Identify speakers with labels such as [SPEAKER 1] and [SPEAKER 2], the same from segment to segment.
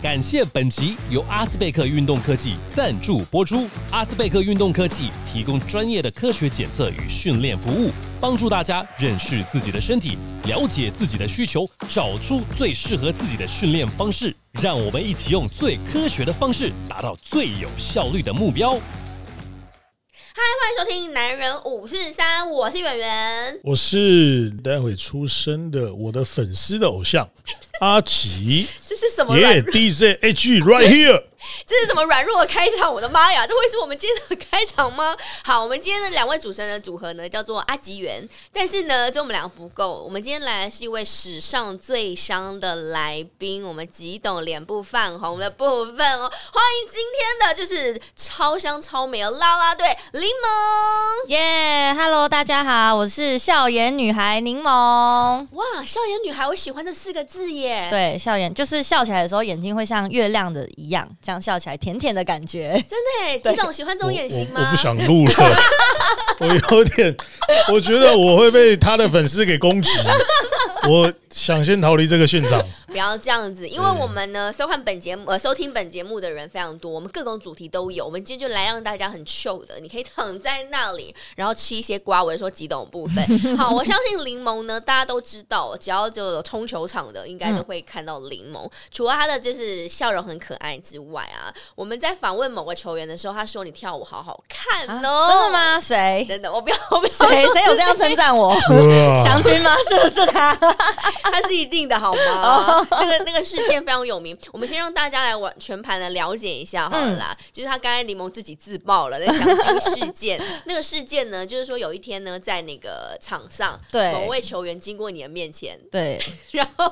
[SPEAKER 1] 感谢本集由阿斯贝克运动科技赞助播出。阿斯贝克运动科技提供专业的科学检测与训练服务，帮助大家认识自己的身体，了解自己的需求，找出最适合自己的训练方式。让我们一起用最科学的方式，达到最有效率的目标。
[SPEAKER 2] 嗨，欢迎收听《男人五四三》，我是圆圆。
[SPEAKER 3] 我是待会出生的我的粉丝的偶像阿奇，
[SPEAKER 2] 这是什么软
[SPEAKER 3] 耶、DJ H right here，
[SPEAKER 2] 这是什么软弱的开场？我的妈呀，这会是我们今天的开场吗？好，我们今天的两位主持人的组合呢，叫做阿吉元。但是呢，这我们两个不够，我们今天来的是一位史上最香的来宾，我们吉董脸部泛红的部分哦。欢迎今天的就是超香超美的啦啦队柠檬。
[SPEAKER 4] 耶、h e l l o 大家好，我是笑颜女孩柠檬。
[SPEAKER 2] 哇，校园女孩，我喜欢这四个字耶。
[SPEAKER 4] 对，笑颜就是笑起来的时候，眼睛会像月亮的一样，这样笑起来甜甜的感觉。
[SPEAKER 2] 真的耶，
[SPEAKER 4] 对
[SPEAKER 2] 吉董喜欢这
[SPEAKER 3] 我
[SPEAKER 2] 种
[SPEAKER 3] 我
[SPEAKER 2] 眼型吗？
[SPEAKER 3] 我不想录了，我有点，我觉得我会被他的粉丝给攻击，我想先逃离这个现场。
[SPEAKER 2] 不要这样子，
[SPEAKER 4] 嗯
[SPEAKER 2] 因为我们呢收看本节目呃收听本节目的人非常多，我们各种主题都有。我们今天就来让大家很 chill 的，你可以躺在那里，然后吃一些瓜，我是说几种部 分。好，我相信柠檬呢，大家都知道，只要就有冲球场的，应该都会看到柠檬。除了他的就是笑容很可爱之外啊，我们在访问某个球员的时候，他说你跳舞好好看
[SPEAKER 4] 啊
[SPEAKER 2] 哦、
[SPEAKER 4] 真的？吗？ 谁？
[SPEAKER 2] 真的，我不要，我不要，
[SPEAKER 4] 谁谁有这样称赞我？
[SPEAKER 3] 哇
[SPEAKER 4] 祥君吗？是不是他？
[SPEAKER 2] 它是一定的，好 吗？
[SPEAKER 4] 哦
[SPEAKER 2] 那个那个事件非常有名，我们先让大家来完全盘的了解一下好了啦。
[SPEAKER 4] 嗯
[SPEAKER 2] 就是他刚才柠檬自己自爆了那奖金事件， 那个事件呢，就是说有一天呢，在那个场上，
[SPEAKER 4] 对
[SPEAKER 2] 某位球员经过你的面前，
[SPEAKER 4] 对，
[SPEAKER 2] 然后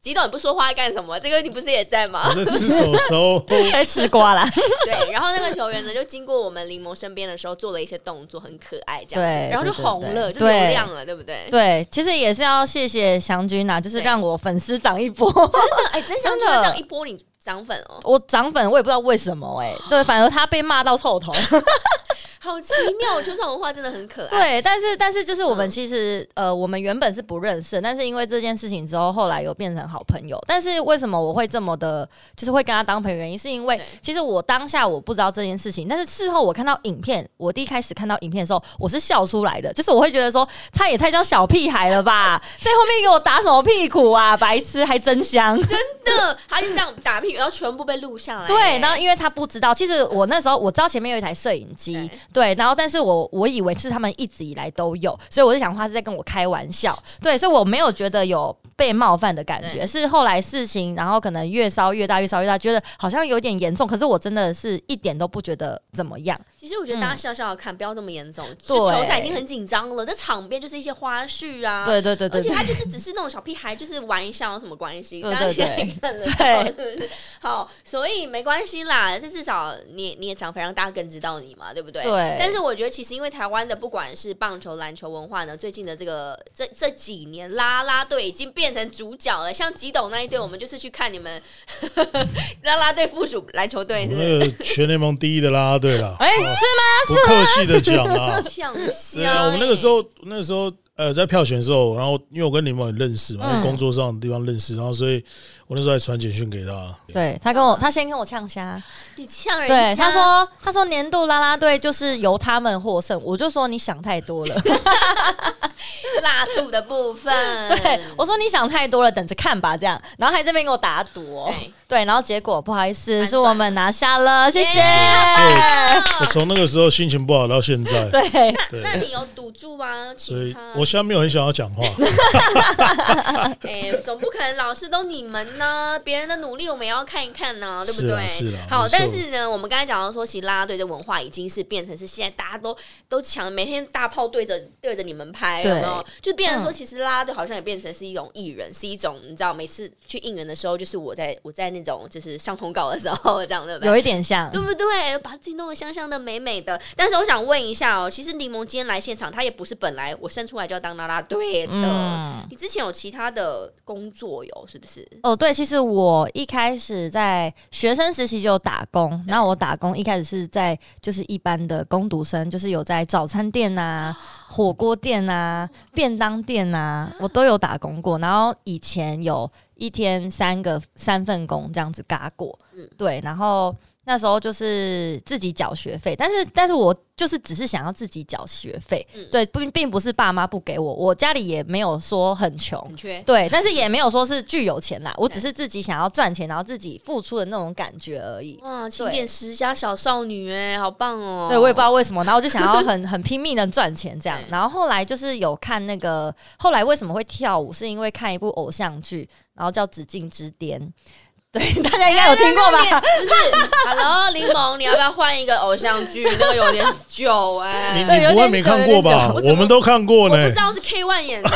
[SPEAKER 2] 吉董你不说话干什么？这个你不是也在吗
[SPEAKER 3] 我？在吃手手，
[SPEAKER 4] 该吃瓜啦。
[SPEAKER 2] 对，然后那个球员呢，就经过我们柠檬身边的时候，做了一些动作，很可爱这样
[SPEAKER 4] 对
[SPEAKER 2] 子，然后就
[SPEAKER 4] 对对
[SPEAKER 2] 红了，
[SPEAKER 4] 对
[SPEAKER 2] 就流量了，对不对？
[SPEAKER 4] 对，其实也是要谢谢祥君呐、就是
[SPEAKER 2] 对
[SPEAKER 4] 让我粉丝涨一波。
[SPEAKER 2] 真的，哎，真想
[SPEAKER 4] 真
[SPEAKER 2] 就
[SPEAKER 4] 的
[SPEAKER 2] 这样一波你涨粉哦。
[SPEAKER 4] 我涨粉，我也不知道为什么哎、对，反而他被骂到臭头。
[SPEAKER 2] 好奇妙，秋上文化真的很可爱。
[SPEAKER 4] 对，但是但是就是
[SPEAKER 2] 嗯
[SPEAKER 4] 我们其实、呃，我们原本是不认识的，但是因为这件事情之后，后来有变成好朋友。但是为什么我会这么的，就是会跟他当朋友？原因是因为
[SPEAKER 2] 对
[SPEAKER 4] 其实我当下我不知道这件事情，但是事后我看到影片，我第一开始看到影片的时候，我是笑出来的，就是我会觉得说他也太像小屁孩了吧， 在后面给我打什么屁股啊，白痴还真香。
[SPEAKER 2] 的，他就这样打屁股，然后全部被录下来。
[SPEAKER 4] 对，然后因为他不知道，其实我那时候我知道前面有一台摄影机，对，然后但是我我以为是他们一直以来都有，所以我就想他是在跟我开玩笑， 对，所以我没有觉得有被冒犯的感觉，
[SPEAKER 2] 对
[SPEAKER 4] 是后来事情然后可能越烧越大，越烧越大，觉得好像有点严重，可是我真的是一点都不觉得怎么样，
[SPEAKER 2] 其实我觉得大家笑笑的看，不要这么严重。就
[SPEAKER 4] 嗯对
[SPEAKER 2] 球赛已经很紧张了，这场边就是一些花絮啊。。
[SPEAKER 4] 对对对
[SPEAKER 2] 而
[SPEAKER 4] 对
[SPEAKER 2] 且
[SPEAKER 4] 对。
[SPEAKER 2] 他就是只是那种小屁孩，就是玩一下有什么关系？
[SPEAKER 4] 对
[SPEAKER 2] 大家
[SPEAKER 4] 对
[SPEAKER 2] 现在看得到
[SPEAKER 4] 对
[SPEAKER 2] 是不是好，所以没关系啦。但至少你你也长肥，让大家更知道你嘛，对不对？
[SPEAKER 4] 对
[SPEAKER 2] 但是我觉得，其实因为台湾的不管是棒球、篮球文化呢，最近的这个这这几年，啦啦队已经变成主角了。像吉董那一队，我们就是去看你们 啦啦队附属篮球队，
[SPEAKER 3] 我
[SPEAKER 2] 是不是？
[SPEAKER 3] 那个全联盟第一的啦啦队啦，
[SPEAKER 4] 哎、是
[SPEAKER 3] 不客气的讲啊，
[SPEAKER 2] 像哦
[SPEAKER 3] 对
[SPEAKER 2] 香、
[SPEAKER 3] 啊，我们那个时
[SPEAKER 2] 候
[SPEAKER 3] 候，那时候呃，在票选的时候，然后因为我跟柠檬很认识嘛，在
[SPEAKER 4] 嗯
[SPEAKER 3] 工作上的地方认识，然后所以我那时候还传简讯给他，
[SPEAKER 2] 啊
[SPEAKER 4] 对他跟我，他先跟我呛虾，
[SPEAKER 2] 你呛人
[SPEAKER 4] 对
[SPEAKER 2] 家，
[SPEAKER 4] 他说，他说年度啦啦队就是由他们获胜，我就说你想太多了，
[SPEAKER 2] 辣度的部分， 嗯
[SPEAKER 4] 对，我说你想太多了，等着看吧，这样，然后还这边给我打赌哦
[SPEAKER 2] 对，
[SPEAKER 4] 对，然后结果不好意思，
[SPEAKER 2] 反
[SPEAKER 4] 是我们拿下了，谢谢。
[SPEAKER 3] 我从那个时候心情不好到现在，
[SPEAKER 4] 对，
[SPEAKER 3] 对
[SPEAKER 2] 那你有赌注吗？
[SPEAKER 3] 所
[SPEAKER 2] 请
[SPEAKER 3] 以
[SPEAKER 2] 他，
[SPEAKER 3] 我现在没有很想 要讲话，
[SPEAKER 2] 哎、总不可能老是都你们呢，别人的努力我们也要看一看呢，对不对？
[SPEAKER 3] 是啊是啊
[SPEAKER 2] 好
[SPEAKER 3] 没，错
[SPEAKER 2] 但是呢，我们刚才讲到说，其实啦啦队的文化已经是变成是现在大家都都抢，每天大炮对着对着你们拍，有
[SPEAKER 4] 对
[SPEAKER 2] 没有？就变成说，
[SPEAKER 4] 嗯
[SPEAKER 2] 其实啦啦队好像也变成是一种艺人，是一种你知道，每次去应援的时候，就是我在我在那种就是上通告的时候，这样对不对？
[SPEAKER 4] 有一点像
[SPEAKER 2] 对，不对？把自己弄得香香的、美美的。但是我想问一下哦，其实柠檬今天来现场，他也不是本来我生出来就要当啦啦队的。
[SPEAKER 4] 嗯。
[SPEAKER 2] 你之前有其他的工作有是不是？
[SPEAKER 4] 哦，对，其实我一开始在学生时期就有打工，那我打工一开始是在就是一般的工读生，就是有在早餐店啊、火锅店啊、便当店啊，我都有打工过。然后以前有一天三个三份工这样子嘎过，
[SPEAKER 2] 嗯
[SPEAKER 4] 对。然后那时候就是自己缴学费，但是但是我就是只是想要自己缴学费，
[SPEAKER 2] 嗯
[SPEAKER 4] 对，并并不是爸妈不给我，我家里也没有说很穷，
[SPEAKER 2] 很缺。
[SPEAKER 4] 对， 但是也没有说是巨有钱啦，我只是自己想要赚钱，然后自己付出的那种感觉而已。
[SPEAKER 2] 哇，请点十佳小少女哎、好棒哦！
[SPEAKER 4] 对，我也不知道为什么，然后我就想要很 很拼命的赚钱这样
[SPEAKER 2] 对。
[SPEAKER 4] 然后后来就是有看那个，后来为什么会跳舞，是因为看一部偶像剧，然后叫《紫禁之巅》。对， 大家应该有听过吧？
[SPEAKER 2] 哎？那那不是，Hello，柠檬，你要不要换一个偶像剧？那个有点久
[SPEAKER 3] 你
[SPEAKER 2] 哎、
[SPEAKER 4] 对
[SPEAKER 3] 你不会没看过吧？
[SPEAKER 2] 有点久有点久
[SPEAKER 3] 我们都看过
[SPEAKER 2] 我不
[SPEAKER 3] 呢
[SPEAKER 2] 知。道是 K One 演的，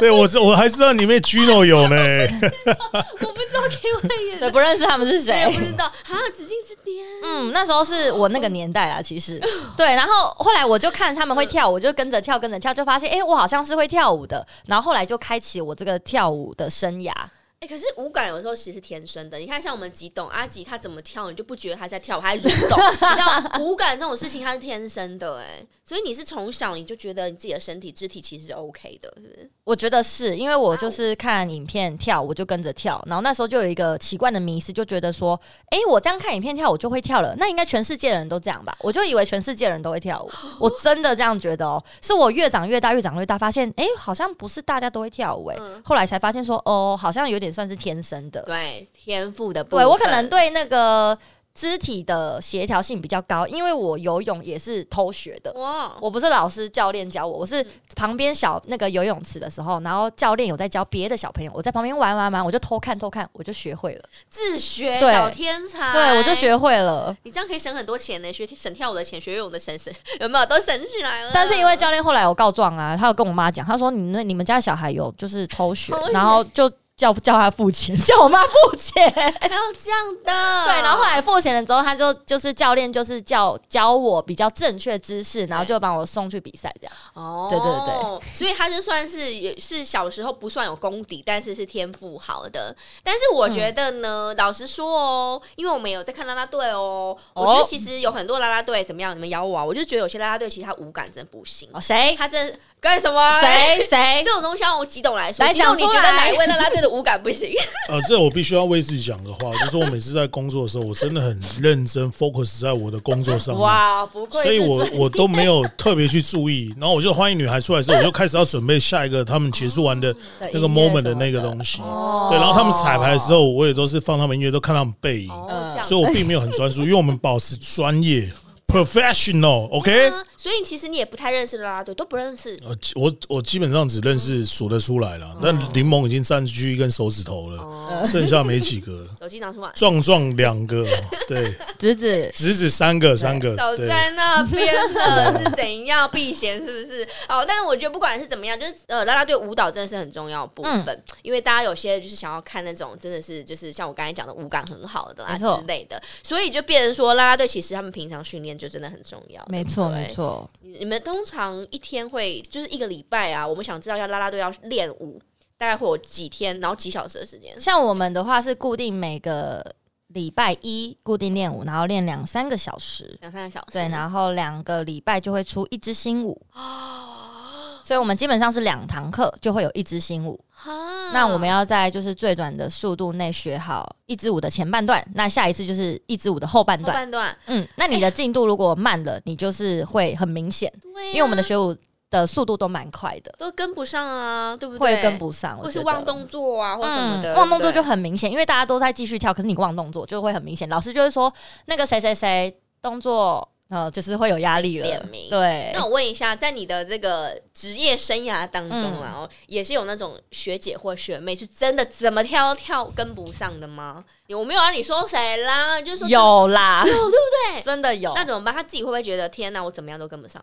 [SPEAKER 3] 对，我知我还知道里面 Gino 有呢。
[SPEAKER 2] 我不知道 K One 演
[SPEAKER 4] 对，
[SPEAKER 2] 的，
[SPEAKER 4] 不认识他们是
[SPEAKER 2] 我也
[SPEAKER 4] 谁
[SPEAKER 2] 不？知道啊，紫禁之巅。
[SPEAKER 4] 嗯，那时候是我那个年代啦，其实对。然后后来我就看他们会跳舞，我就跟着跳，跟着跳，就发现哎、诶我好像是会跳舞的。然后后来就开启我这个跳舞的生涯。
[SPEAKER 2] 哎、可是舞感有时候其实是天生的。你看，像我们吉董阿吉，他怎么跳，你就不觉得他在跳舞，他在蠕 动。你知道舞感这种事情，它是天生的哎、所以你是从小你就觉得你自己的身体肢体其实是 OK 的，是不是？
[SPEAKER 4] 我觉得是因为我就是看影片跳，我就跟着跳，然后那时候就有一个奇怪的迷思，就觉得说，诶，我这样看影片跳，我就会跳了，那应该全世界的人都这样吧？我就以为全世界的人都会跳 舞，我真的这样觉得哦。是我越长越大，越长越大，发现，诶，好像不是大家都会跳舞、诶，
[SPEAKER 2] 嗯
[SPEAKER 4] 后来才发现说，哦，好像有点算是天生的。
[SPEAKER 2] 对，天赋的部分。
[SPEAKER 4] 对我可能对那个肢体的协调性比较高，因为我游泳也是偷学的，
[SPEAKER 2] 哇，
[SPEAKER 4] 我不是老师教练教我，我是旁边小那个游泳池的时候，然后教练有在教别的小朋友，我在旁边玩玩玩，我就偷看偷看，我就学会了，
[SPEAKER 2] 自学
[SPEAKER 4] 对
[SPEAKER 2] 小天才，
[SPEAKER 4] 对我就。学会了。
[SPEAKER 2] 你这样可以省很多钱呢，学省跳舞的钱，学游泳的钱省 有没有都省起来了？
[SPEAKER 4] 但是因为教练后来有告状啊，他有跟我妈讲，他说你那你们家小孩有就是 偷学
[SPEAKER 2] 偷，学
[SPEAKER 4] 然后就叫叫他付钱， 叫我妈付钱。
[SPEAKER 2] 还要这样的，
[SPEAKER 4] 对，然后后来付钱了之后，他就就是教练就是教教我比较正确知识，然后就把我送去比赛这样。
[SPEAKER 2] 哦，
[SPEAKER 4] 对对
[SPEAKER 2] 对，所以他就算是也是小时候不算有功底，但是是天赋好的。但是我
[SPEAKER 4] 嗯
[SPEAKER 2] 觉得呢，老实说哦，因为我们有在看啦啦队哦，我觉得
[SPEAKER 4] 哦
[SPEAKER 2] 其实有很多啦啦队怎么样，你们咬我啊，我就觉得有些啦啦队其实他舞感真不行，
[SPEAKER 4] 哦，谁
[SPEAKER 2] 他真干什么？
[SPEAKER 4] 谁谁
[SPEAKER 2] 这种东西要用激动来说，
[SPEAKER 4] 来
[SPEAKER 2] 激动
[SPEAKER 4] 讲
[SPEAKER 2] 你觉
[SPEAKER 4] 出
[SPEAKER 2] 得
[SPEAKER 4] 来
[SPEAKER 2] 哪一位啦啦队的舞感不 行？
[SPEAKER 3] 呃，这我必须要为自己讲个话，就是我每次在工作的时候，我真的很认真 focus 在我的工作上面。
[SPEAKER 4] 哇，不愧
[SPEAKER 3] 所以
[SPEAKER 4] 是
[SPEAKER 3] 我
[SPEAKER 4] 专
[SPEAKER 3] 我都没有特别去注意，然后我就欢迎女孩出来的时候，我就开始要准备下一个他们结束完的那个 moment 的那个东西。
[SPEAKER 4] 哦
[SPEAKER 3] 对，然后他们彩排的时候，我也都是放他们音乐，都看他们背影，
[SPEAKER 4] 嗯
[SPEAKER 2] 哦，这样子
[SPEAKER 3] 所以我并没有很专注，因为我们保持专业 professional，OK？、
[SPEAKER 2] 嗯所以其实你也不太认识啦啦队，都不认识。
[SPEAKER 3] 呃，我我基本上只认识数得出来了，但柠檬已经占据一根手指头了，剩下没几个了。
[SPEAKER 2] 手机拿出来，
[SPEAKER 3] 壮壮两个，对，
[SPEAKER 4] 侄子
[SPEAKER 3] 子子三个，三个，
[SPEAKER 2] 早
[SPEAKER 3] 对，啊
[SPEAKER 2] 在那边了，是 怎样避嫌是不是？好，但是我觉得不管是怎么样，就是呃，啦啦队舞蹈真的是很重要的部分，
[SPEAKER 4] 嗯
[SPEAKER 2] 因为大家有些就是想要看那种真的是就是像我刚才讲的舞感很好的啦啊
[SPEAKER 4] 没
[SPEAKER 2] 之
[SPEAKER 4] 错
[SPEAKER 2] 类的，所以就变成说啦啦队其实他们平常训练就真的很重要。
[SPEAKER 4] 没错
[SPEAKER 2] 对
[SPEAKER 4] 没错，
[SPEAKER 2] 你们通常一天会就是一个礼拜啊，我们想知道一下啦啦队要练舞大概会有几天，然后几小时的时间。
[SPEAKER 4] 像我们的话是固定每个礼拜一固定练舞，然后练两三个小时，
[SPEAKER 2] 两三个小时，
[SPEAKER 4] 对，然后两个礼拜就会出一支新舞，
[SPEAKER 2] 哦，
[SPEAKER 4] 所以我们基本上是两堂课就会有一支新舞。
[SPEAKER 2] 哈
[SPEAKER 4] 那我们要在就是最短的速度内学好一支舞的前半段，那下一次就是一支舞的后半
[SPEAKER 2] 后
[SPEAKER 4] 段。
[SPEAKER 2] 半段，
[SPEAKER 4] 嗯，那你的进度如果慢了，你就是会很明显，
[SPEAKER 2] 对啊
[SPEAKER 4] 因为我们的学舞的速度都蛮快的，
[SPEAKER 2] 都跟不上啊，对不对？
[SPEAKER 4] 会跟不上，
[SPEAKER 2] 或
[SPEAKER 4] 我
[SPEAKER 2] 是
[SPEAKER 4] 觉
[SPEAKER 2] 忘
[SPEAKER 4] 得。嗯
[SPEAKER 2] 动作啊，或什么的。
[SPEAKER 4] 忘动作
[SPEAKER 2] 对
[SPEAKER 4] 就
[SPEAKER 2] 不
[SPEAKER 4] 很明显，因为大家都在继续跳，可是你忘动作就会很明显。老师就会说那个谁谁谁动作，呃，就是会有压力了
[SPEAKER 2] 点名。
[SPEAKER 4] 对
[SPEAKER 2] 对。那我问一下，在你的这个职业生涯当中啊，
[SPEAKER 4] 嗯
[SPEAKER 2] 哦也是有那种学姐或学妹是真的怎么跳都跳跟不上的吗？我没有让你说谁啦，就是说
[SPEAKER 4] 有啦，
[SPEAKER 2] 有对不对？
[SPEAKER 4] 真的有
[SPEAKER 2] 那。怎么办？他自己会不会觉得天哪，我怎么样都跟不上？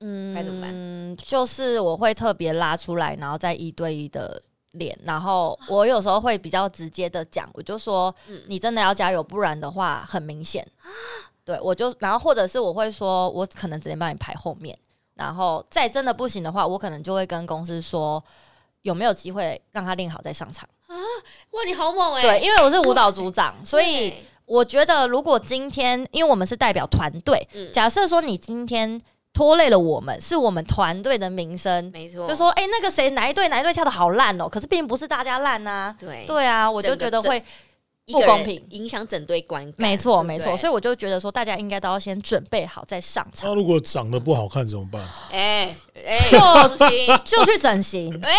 [SPEAKER 4] 嗯
[SPEAKER 2] 该怎么
[SPEAKER 4] 办？就是我会特别拉出来，然后再一对一的练，然后我有时候会比较直接的讲，我就说
[SPEAKER 2] 嗯，
[SPEAKER 4] 你真的要加油，不然的话很 明显。对，我就然后或者是我会说，我可能直接帮你排后面，然后再真的不行的话，我可能就会跟公司说。有没有机会让他练好再上场？
[SPEAKER 2] 哇，你好猛哎、
[SPEAKER 4] 对，因为我是舞蹈组长，所以
[SPEAKER 2] 对
[SPEAKER 4] 我觉得如果今天，因为我们是代表团队，
[SPEAKER 2] 嗯
[SPEAKER 4] 假设说你今天拖累了我们，是我们团队的名声。
[SPEAKER 2] 没错，
[SPEAKER 4] 就说哎、那个谁哪一队哪一队跳的好烂哦、可是并不是大家烂呐、
[SPEAKER 2] 对
[SPEAKER 4] 对啊，我就
[SPEAKER 2] 整个
[SPEAKER 4] 觉得
[SPEAKER 2] 整
[SPEAKER 4] 会
[SPEAKER 2] 一个人
[SPEAKER 4] 不公平
[SPEAKER 2] 影响整队观感。
[SPEAKER 4] 没错
[SPEAKER 2] 对不
[SPEAKER 4] 没
[SPEAKER 2] 对
[SPEAKER 4] 错，所以我就觉得说大家应该都要先准备好再上场
[SPEAKER 3] 他，如果长得不好看怎么办？
[SPEAKER 2] 哎哎，
[SPEAKER 4] 就
[SPEAKER 2] 放 心，
[SPEAKER 4] 就去整形。
[SPEAKER 2] 哎，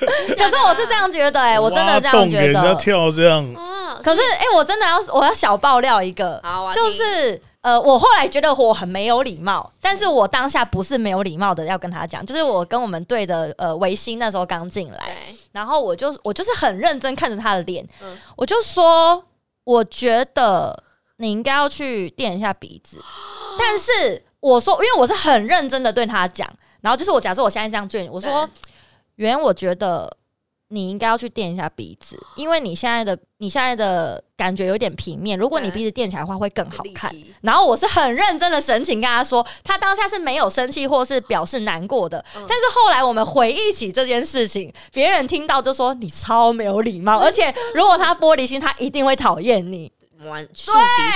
[SPEAKER 4] 可是我是这样觉得哎、我真的这
[SPEAKER 3] 挖洞
[SPEAKER 4] 样
[SPEAKER 3] 给
[SPEAKER 4] 觉
[SPEAKER 3] 人家
[SPEAKER 4] 得。
[SPEAKER 3] 跳这样，
[SPEAKER 2] 啊，
[SPEAKER 4] 可是哎、我真的要我要小爆料一个，
[SPEAKER 2] 好啊
[SPEAKER 4] 就是呃，我后来觉得我很没有礼貌，但是我当下不是没有礼貌的要跟他讲，就是我跟我们队的呃维新那时候刚进来，
[SPEAKER 2] 对，
[SPEAKER 4] 然后我就我就是很认真看着他的脸，
[SPEAKER 2] 嗯
[SPEAKER 4] 我就说我觉得你应该要去垫一下鼻 子，但是我说因为我是很认真的对他讲，然后就是我假设我现在这样对你，我说
[SPEAKER 2] 对
[SPEAKER 4] 原我觉得。你应该要去垫一下鼻子，因为你现在的你现在的感觉有点平面，如果你
[SPEAKER 2] 对
[SPEAKER 4] 鼻子垫起来的话会更好看
[SPEAKER 2] 立体。
[SPEAKER 4] 然后我是很认真的神情跟他说，他当下是没有生气或是表示难过的，
[SPEAKER 2] 嗯
[SPEAKER 4] 但是后来我们回忆起这件事情，别人听到就说你超没有礼貌，而且如果他玻璃心，他一定会讨厌你。
[SPEAKER 2] 玩树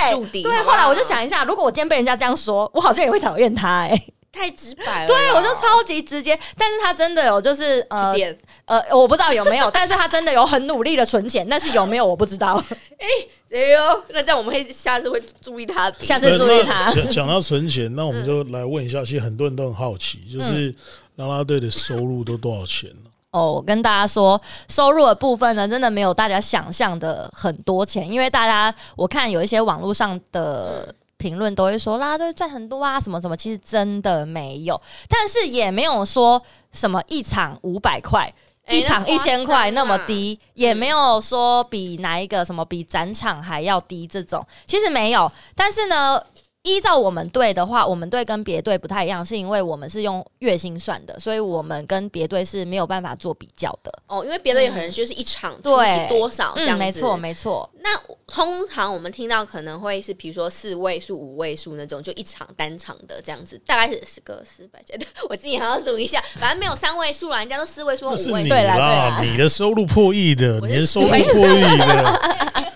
[SPEAKER 2] 敌树敌。
[SPEAKER 4] 对，
[SPEAKER 2] 好不好
[SPEAKER 4] 后来我就想一下，如果我今天被人家这样说，我好像也会讨厌他
[SPEAKER 2] 啊
[SPEAKER 4] 哎、
[SPEAKER 2] 太直白了啦，
[SPEAKER 4] 对，我就超级直接，但是他真的有就是 呃
[SPEAKER 2] 点。
[SPEAKER 4] 呃，我不知道有没有，但是他真的有很努力的存钱，但是有没有我不知道。
[SPEAKER 2] 哎呦，那这样我们会下次会注意他的鼻子，
[SPEAKER 4] 下次注意他嗯
[SPEAKER 3] 那讲讲到存钱，那我们就来问一下，其实很多人都很好奇，就是啦啦队的收入都多少钱呢？
[SPEAKER 4] 哦，我跟大家说，收入的部分呢，真的没有大家想象的很多钱，因为大家我看有一些网络上
[SPEAKER 2] 嗯
[SPEAKER 4] 的评论都会说啦，都赚很多啊，什么什么，其实真的没有，但是也没有说什么一场五百块。
[SPEAKER 2] 哎
[SPEAKER 4] 一场
[SPEAKER 2] 那
[SPEAKER 4] 一
[SPEAKER 2] 夸张
[SPEAKER 4] 千块那么
[SPEAKER 2] 啊
[SPEAKER 4] 低，也没有说比哪一个什么比展场还要低这种，其实没有。但是呢，依照我们队的话，我们队跟别队不太一样，是因为我们是用月薪算的，所以我们跟别队是没有办法做比较的。
[SPEAKER 2] 哦，因为别的有可能就是一场出
[SPEAKER 4] 对
[SPEAKER 2] 是多少这样子，
[SPEAKER 4] 嗯，没错，没错。
[SPEAKER 2] 那通常我们听到可能会是，比如说四位数、五位数那种，就一场单场的这样子，大概是十个四百件。我自己还要数一下，反正没有三位数啦，人家都四位数、
[SPEAKER 3] 那是
[SPEAKER 2] 五位
[SPEAKER 3] 你
[SPEAKER 2] 数。
[SPEAKER 4] 哦对啦
[SPEAKER 3] 啦，
[SPEAKER 4] 对
[SPEAKER 3] 你的收入破亿的，
[SPEAKER 2] 我
[SPEAKER 3] 你
[SPEAKER 2] 是
[SPEAKER 3] 的收入
[SPEAKER 2] 没有
[SPEAKER 3] 破亿的，
[SPEAKER 2] 哎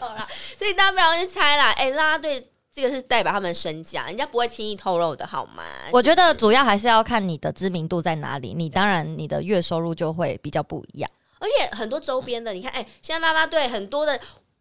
[SPEAKER 2] 所以大家不要去猜啦，哎、啦啦队这个是代表他们的身价，人家不会轻易透露的好吗？
[SPEAKER 4] 我觉
[SPEAKER 2] 嗯
[SPEAKER 4] 得主要还是要看你的知名度在哪里，你当然你的月收入就会比较不一样。
[SPEAKER 2] 而且很多周边的，你看，哎、现在啦啦队很多的，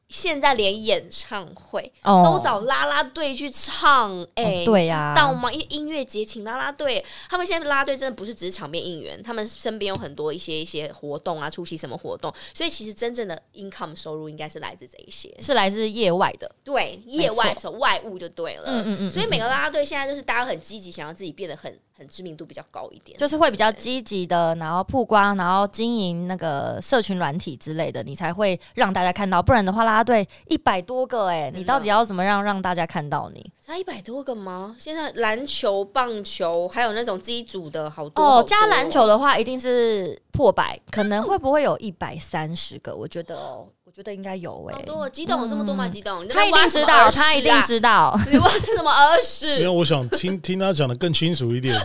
[SPEAKER 2] 现在连演唱会
[SPEAKER 4] 哦
[SPEAKER 2] 都找啦啦队去唱，哎、
[SPEAKER 4] 哦对呀
[SPEAKER 2] 你知道吗？音音乐节请啦啦队，他们现在啦啦队真的不是只是场面应援，他们身边有很多一些一些活动啊，出席什么活动，所以其实真正的 income 收入应该是来自这一些，
[SPEAKER 4] 是来自业外的，
[SPEAKER 2] 对，业外收外物就对了，
[SPEAKER 4] 嗯嗯嗯
[SPEAKER 2] 所以每个啦啦队现在就是大家很积极，想要自己变得很很知名度比较高一点，
[SPEAKER 4] 就是会比较积极的，然后曝光，然后经营那个社群软体之类的，你才会让大家看到。不然的话，啦啦队一百多个、哎，你
[SPEAKER 2] 真的
[SPEAKER 4] 到底要怎么让让大家看到你？
[SPEAKER 2] 才一百多个吗？现在篮球、棒球还有那种机组的好多
[SPEAKER 4] 哦，加篮球，的话一定是破百，可能会不会有一百三十个？我觉得哦，我觉得应该有哎、
[SPEAKER 2] 好多激动有这么多吗？激动，
[SPEAKER 4] 嗯他一定知道，他一定
[SPEAKER 2] 道。
[SPEAKER 4] 知道。
[SPEAKER 2] 啊你挖什么耳
[SPEAKER 3] 因为
[SPEAKER 2] 屎？
[SPEAKER 3] 我想听听他讲的更清楚一点，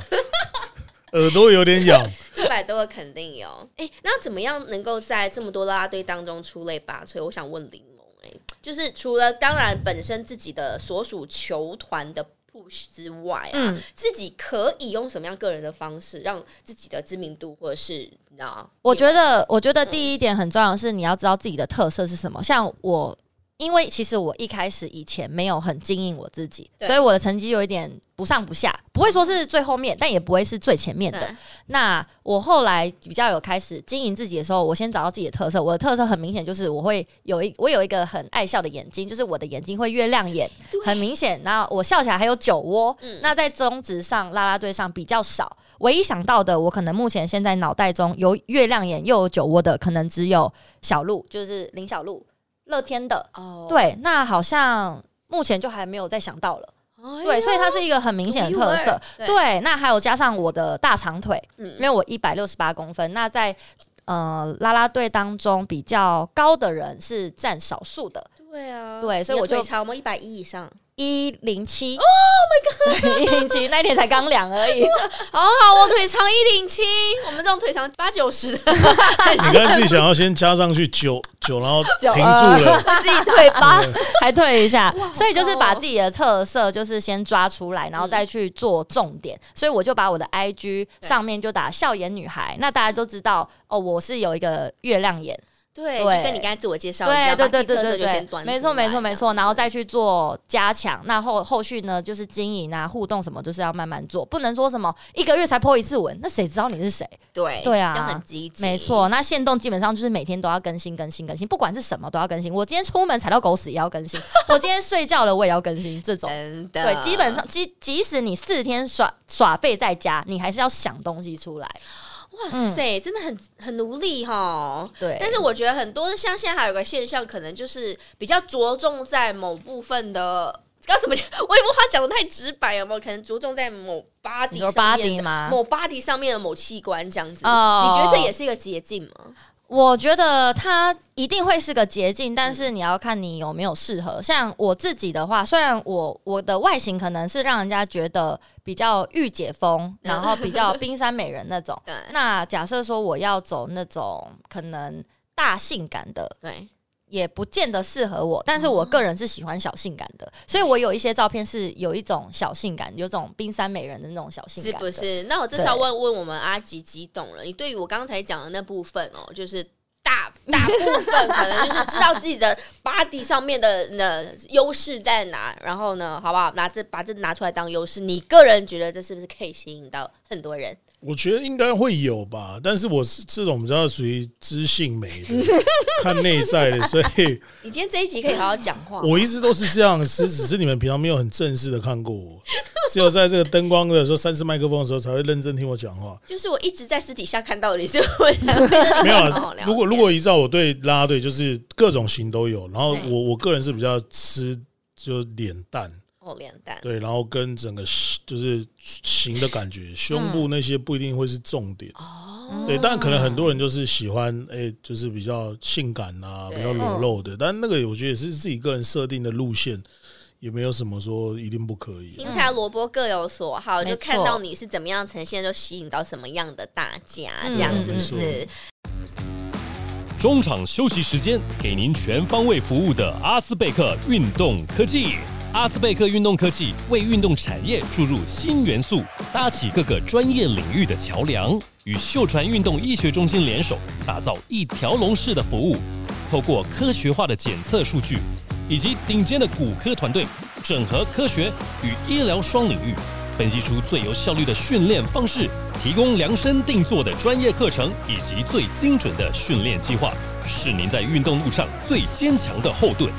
[SPEAKER 3] 耳朵有点 痒。
[SPEAKER 2] 一百多个肯定有。哎、那怎么样能够在这么多啦啦队当中出类拔萃？我想问柠檬，哎，就是除了当然本身自己的所属球团的 push 之外啊，
[SPEAKER 4] 嗯
[SPEAKER 2] 自己可以用什么样个人的方式让自己的知名度或者是你知道？
[SPEAKER 4] 我觉得，我觉得第一点很重要的是你要知道自己的特色是什么。像我，因为其实我一开始以前没有很经营我自己，
[SPEAKER 2] 对嗯
[SPEAKER 4] 所以我的成绩有一点不上不下，不会说是最后面，但也不会是最前面的
[SPEAKER 2] 对。
[SPEAKER 4] 那我后来比较有开始经营自己的时候，我先找到自己的特色。我的特色很明显就是我会有一我有一个很爱笑的眼睛，就是我的眼睛会越亮眼，很明显。然后我笑起来还有酒窝。
[SPEAKER 2] 嗯
[SPEAKER 4] 那在中职上、啦啦队上比较少。唯一想到的，我可能目前现在脑袋中有月亮眼又有酒窝的，可能只有小鹿，就是林小鹿、乐天的。
[SPEAKER 2] 哦，
[SPEAKER 4] 对，那好像目前就还没有再想到了。
[SPEAKER 2] 哎呦
[SPEAKER 4] 对，所以它是一个很明显的特色。
[SPEAKER 2] 对
[SPEAKER 4] 对，那还有加上我的大长腿，因
[SPEAKER 2] 嗯，
[SPEAKER 4] 为我一百六十八公分，那在呃啦啦队当中比较高的人是占少数的。
[SPEAKER 2] 对啊，
[SPEAKER 4] 对所以
[SPEAKER 2] 你的
[SPEAKER 4] 我就
[SPEAKER 2] 腿长吗？一百一以上，
[SPEAKER 4] 一零七，Oh my god，一零七那一天才刚量而已，
[SPEAKER 2] 好好，我腿长一零七，我们这种腿长八九 十的，
[SPEAKER 3] 你刚才自己想要先加上去九九，然后停
[SPEAKER 4] 九
[SPEAKER 3] 住了，
[SPEAKER 2] 自己退吧。
[SPEAKER 4] 还退一下，所以就是把
[SPEAKER 2] 好高哦嗯
[SPEAKER 4] 自己的特色就是先抓出来，然后再去做重点。所以我就把我的 IG
[SPEAKER 2] 对
[SPEAKER 4] 上面就打笑颜女孩，那大家都知道哦，我是有一个月亮眼，
[SPEAKER 2] 对，就
[SPEAKER 4] 对
[SPEAKER 2] 跟你刚才自我介绍一
[SPEAKER 4] 对
[SPEAKER 2] 样，
[SPEAKER 4] 对
[SPEAKER 2] 把
[SPEAKER 4] 对
[SPEAKER 2] 自己
[SPEAKER 4] 对
[SPEAKER 2] 特色
[SPEAKER 4] 对
[SPEAKER 2] 就先
[SPEAKER 4] 对，
[SPEAKER 2] 端
[SPEAKER 4] 没
[SPEAKER 2] 出
[SPEAKER 4] 错
[SPEAKER 2] 来
[SPEAKER 4] 没错没错，然后再去做加强，那后后续呢就是经营啊、互动什么，就是要慢慢做，不能说什么一个月才 po 一次文，那谁知道你是谁？
[SPEAKER 2] 对
[SPEAKER 4] 对啊
[SPEAKER 2] 要很积极，
[SPEAKER 4] 没错，那限动基本上就是每天都要更新、更新、更新，不管是什么都要更新。我今天出门踩到狗屎也要更新，我今天睡觉了我也要更新，这种。
[SPEAKER 2] 真的，
[SPEAKER 4] 对，基本上即即使你四天耍耍废在家，你还是要想东西出来。
[SPEAKER 2] 哇
[SPEAKER 4] 嗯
[SPEAKER 2] 塞，真的很很努力哈。
[SPEAKER 4] 对，
[SPEAKER 2] 但是我觉得很多像现在还有个现象，可能就是比较着重在某部分的，要怎么讲？我也不怕讲的太直白，有没有？可能着重在某 body
[SPEAKER 4] 你说
[SPEAKER 2] 上
[SPEAKER 4] body
[SPEAKER 2] 面的
[SPEAKER 4] 吗？
[SPEAKER 2] 某 body 上面的某器官这样子。
[SPEAKER 4] 哦
[SPEAKER 2] 你觉得这也是一个捷径吗？。
[SPEAKER 4] 我觉得它一定会是个捷径，但是你要看你有没有适合。像我自己的话，虽然我我的外形可能是让人家觉得比较御姐风，然后比较冰山美人那种
[SPEAKER 2] 对
[SPEAKER 4] 那假设说我要走那种可能大性感的
[SPEAKER 2] 对，
[SPEAKER 4] 也不见得适合我，
[SPEAKER 2] 哦
[SPEAKER 4] 但是我个人是喜欢小性感的，所以我有一些照片是有一种小性感，有种冰山美人的那种小性
[SPEAKER 2] 是
[SPEAKER 4] 感的
[SPEAKER 2] 不是？那我这是要问问我们阿吉激动了，你对于我刚才讲的那部分哦，就是大大部分可能 就是知道自己的 body 上面的呃优势在哪，然后呢，好不好？拿这把这拿出来当优势，你个人觉得这是不是可以吸引到很多人？
[SPEAKER 3] 我觉得应该会有吧，但是我是这种比较属于知性美 的，看内在的，所以
[SPEAKER 2] 你今天这一集可以好好讲话。
[SPEAKER 3] 我一直都是这样， 只只是你们平常没有很正式的看过我，只有在这个灯光的时候、三次麦克风的时候才会认真听我讲话。
[SPEAKER 2] 就是我一直在私底下看到你，所以我才会跟你
[SPEAKER 3] 没有
[SPEAKER 2] 好好
[SPEAKER 3] 啊
[SPEAKER 2] 聊，
[SPEAKER 3] 如果如果依照我对啦啦队就是各种型都有，然后
[SPEAKER 2] 对
[SPEAKER 3] 我我个人是比较吃就脸蛋，
[SPEAKER 2] 哦，脸蛋，
[SPEAKER 3] 对，然后跟整个就是型的感觉，胸
[SPEAKER 4] 嗯
[SPEAKER 3] 部那些不一定会是重点。
[SPEAKER 2] 哦，
[SPEAKER 3] 对，但可能很多人就是喜欢，哎、就是比较性感啊，
[SPEAKER 2] 对
[SPEAKER 3] 比较裸露的。但那个我觉得也是自己个人设定的路线，也没有什么说一定不可以。啊
[SPEAKER 2] 青菜萝卜各有所好，
[SPEAKER 4] 没
[SPEAKER 2] 就
[SPEAKER 4] 错
[SPEAKER 2] 看到你是怎么样呈现，就吸引到什么样的大家，这样
[SPEAKER 4] 嗯
[SPEAKER 2] 是不是
[SPEAKER 3] 没？
[SPEAKER 1] 中场休息时间，给您全方位服务的阿斯贝克运动科技。阿斯贝克运动科技为运动产业注入新元素，搭起各个专业领域的桥梁，与秀传运动医学中心联手，打造一条龙式的服务。透过科学化的检测数据，以及顶尖的骨科团队，整合科学与医疗双领域，分析出最有效率的训练方式，提供量身定做的专业课程以及最精准的训练计划，是您在运动路上最坚强的后盾。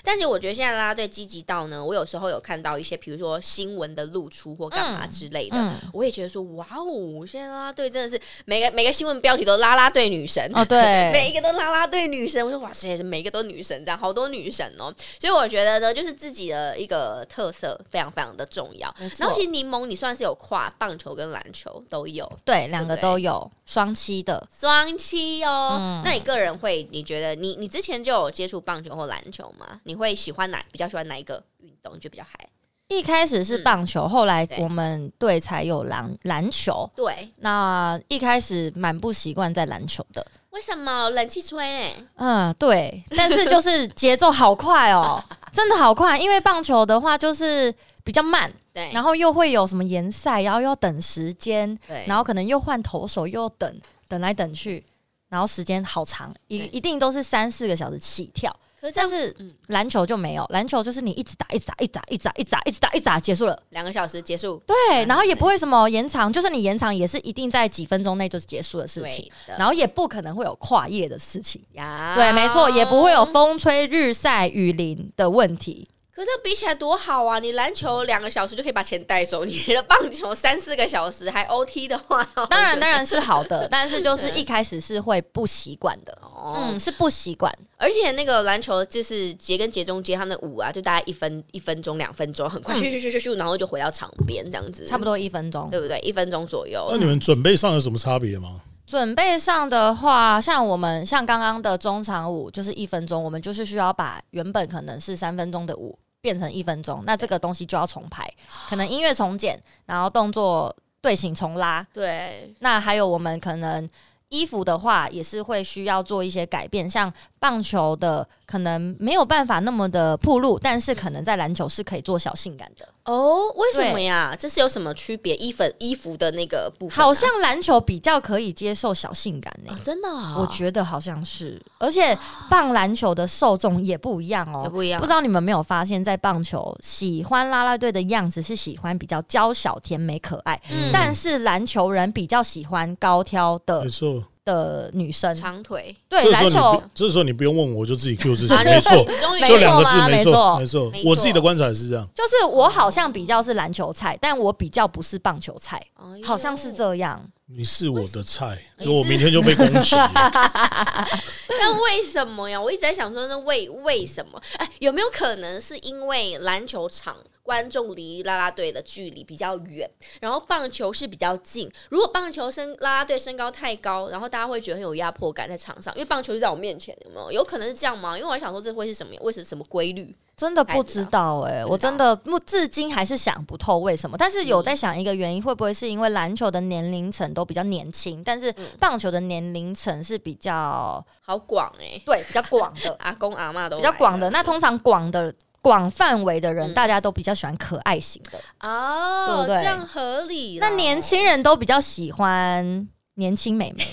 [SPEAKER 2] 但是我觉得现在啦啦队积极到呢，我有时候有看到一些，比如说新闻的露出或干嘛之类的，
[SPEAKER 4] 嗯
[SPEAKER 2] 我也觉得说，哇哦，现在啦啦队真的是每个每个新闻标题都啦啦队女神
[SPEAKER 4] 哦，对，
[SPEAKER 2] 每一个都啦啦队女神，我说哇塞，每一个都女神，这样好多女神哦。所以我觉得呢，就是自己的一个特色非常非常的重要
[SPEAKER 4] 没。错
[SPEAKER 2] 然后其实柠檬你算是有跨棒球跟篮球都有
[SPEAKER 4] 对，两个都有双七的。
[SPEAKER 2] 双七哦。
[SPEAKER 4] 嗯
[SPEAKER 2] 那你个人会，你觉得你你之前就有接触棒球或篮球吗？你会喜欢哪比较喜欢哪一个运动？你觉得比较嗨？
[SPEAKER 4] 一开始是棒球，后来
[SPEAKER 2] 对
[SPEAKER 4] 我们队才有篮篮球。
[SPEAKER 2] 对，
[SPEAKER 4] 那一开始蛮不习惯在篮球的，
[SPEAKER 2] 为什么冷气吹呢？
[SPEAKER 4] 嗯，对，但是就是节奏好 快哦，真的好快。因为棒球的话就是比较慢，
[SPEAKER 2] 对，
[SPEAKER 4] 然后又会有什么延赛，然后又要等时间，
[SPEAKER 2] 对，
[SPEAKER 4] 然后可能又换投手，又要等等来等去，然后时间好长，一
[SPEAKER 2] 对
[SPEAKER 4] 一定都是三四个小时起跳。
[SPEAKER 2] 可是这
[SPEAKER 4] 但
[SPEAKER 2] 样
[SPEAKER 4] 是
[SPEAKER 2] 嗯
[SPEAKER 4] 篮球就没有，篮球就是你一直打，一直打，一直打，一直打，一直打，一直打，一直打，结束了。
[SPEAKER 2] 两个小时结束
[SPEAKER 4] 对，然后也
[SPEAKER 2] 对
[SPEAKER 4] 不会什么延长，就算你延长，也是一定在几分钟内就结束的事
[SPEAKER 2] 对
[SPEAKER 4] 情，
[SPEAKER 2] 的
[SPEAKER 4] 然后也不可能会有跨夜的事情。
[SPEAKER 2] 呀
[SPEAKER 4] 对，没错，也不会有风吹日晒雨淋的问题。
[SPEAKER 2] 可这样比起来多好啊！你篮球两个小时就可以把钱带走，你的棒球三四个小时还 OT 的话，
[SPEAKER 4] 当然，当然是好的，但是就是一开始是会不习惯的，
[SPEAKER 2] 哦，
[SPEAKER 4] 嗯，是不习惯。
[SPEAKER 2] 而且那个篮球就是节跟节中间他们的舞啊，就大概一分一分钟两分钟，很快咻
[SPEAKER 4] 嗯
[SPEAKER 2] 咻咻咻咻，然后就回到场边这样子，
[SPEAKER 4] 差不多一分钟。
[SPEAKER 2] 对不对？一分钟左
[SPEAKER 3] 那
[SPEAKER 2] 右。
[SPEAKER 3] 你们准备上有什么差别吗？
[SPEAKER 4] 准备上的话，像我们像刚刚的中场舞就是一分钟，我们就是需要把原本可能是三分钟的舞变成一分钟，那这个东西就要重排，可能音乐重剪，然后动作队形重拉，
[SPEAKER 2] 对，
[SPEAKER 4] 那还有我们可能衣服的话，也是会需要做一些改变，像棒球的可能没有办法那么的铺路，但是可能在篮球是可以做小性感的，
[SPEAKER 2] 哦，为什么呀？这是有什么区别？衣服衣服的那个部分啊、
[SPEAKER 4] 好像篮球比较可以接受小性感欸呢、
[SPEAKER 2] 哦真的啊、
[SPEAKER 4] 我觉得好像是，而且棒篮球的受众也不一样
[SPEAKER 2] 也
[SPEAKER 4] 哦。
[SPEAKER 2] 不一样
[SPEAKER 4] 不知道你们有没有发现，在棒球喜欢啦啦队的样子是喜欢比较娇小、甜美、可爱，
[SPEAKER 2] 嗯
[SPEAKER 4] 但是篮球人比较喜欢高挑的
[SPEAKER 3] 没错。
[SPEAKER 4] 的女生。
[SPEAKER 2] 长腿
[SPEAKER 4] 对篮
[SPEAKER 3] 这时候你
[SPEAKER 4] 球
[SPEAKER 3] 不，这时候你不用问我，我就自己 Q 自己
[SPEAKER 2] 啊，，
[SPEAKER 3] 没错，
[SPEAKER 2] 你终于
[SPEAKER 4] 没
[SPEAKER 3] 就
[SPEAKER 4] 错
[SPEAKER 3] 两个字
[SPEAKER 4] 啦，
[SPEAKER 3] 没
[SPEAKER 4] 没
[SPEAKER 3] 错，
[SPEAKER 4] 错
[SPEAKER 3] 没错
[SPEAKER 2] 没。错
[SPEAKER 3] 我自己的观察也是这样，
[SPEAKER 4] 就是我好像比较是篮球菜，但我比较不是棒球菜，
[SPEAKER 2] 哎呦
[SPEAKER 4] 好像是这样。
[SPEAKER 3] 你是我的菜，
[SPEAKER 2] 你
[SPEAKER 3] 所以我
[SPEAKER 2] 是
[SPEAKER 3] 明天就被攻 击了。
[SPEAKER 2] 那为什么呀？我一直在想说，那为为什么？哎，有没有可能是因为篮球场观众离啦啦队的距离比较远，然后棒球是比较近？如果棒球身啦啦队身高太高，然后大家会觉得很有压迫感在场上，因为棒球就在我面前，有没有？有可能是这样吗？因为我还想说这会是什么？为什什么规律？
[SPEAKER 4] 真的不知道哎、
[SPEAKER 2] 啊道嗯
[SPEAKER 4] 我真的目至今还是想不透为什么。但是有在想一个原因，会不会是因为篮球的年龄层都比较年轻，但是
[SPEAKER 2] 嗯
[SPEAKER 4] 棒球的年龄层是比较
[SPEAKER 2] 好广哎、，
[SPEAKER 4] 对比较广的
[SPEAKER 2] 阿公阿妈都
[SPEAKER 4] 比较
[SPEAKER 2] 来
[SPEAKER 4] 广
[SPEAKER 2] 了
[SPEAKER 4] 的。那通常广的广范围的人，
[SPEAKER 2] 嗯
[SPEAKER 4] 大家都比较喜欢可爱型的。对
[SPEAKER 2] 哦，
[SPEAKER 4] 不对
[SPEAKER 2] 这样合理啦。
[SPEAKER 4] 那年轻人都比较喜欢年轻 美眉，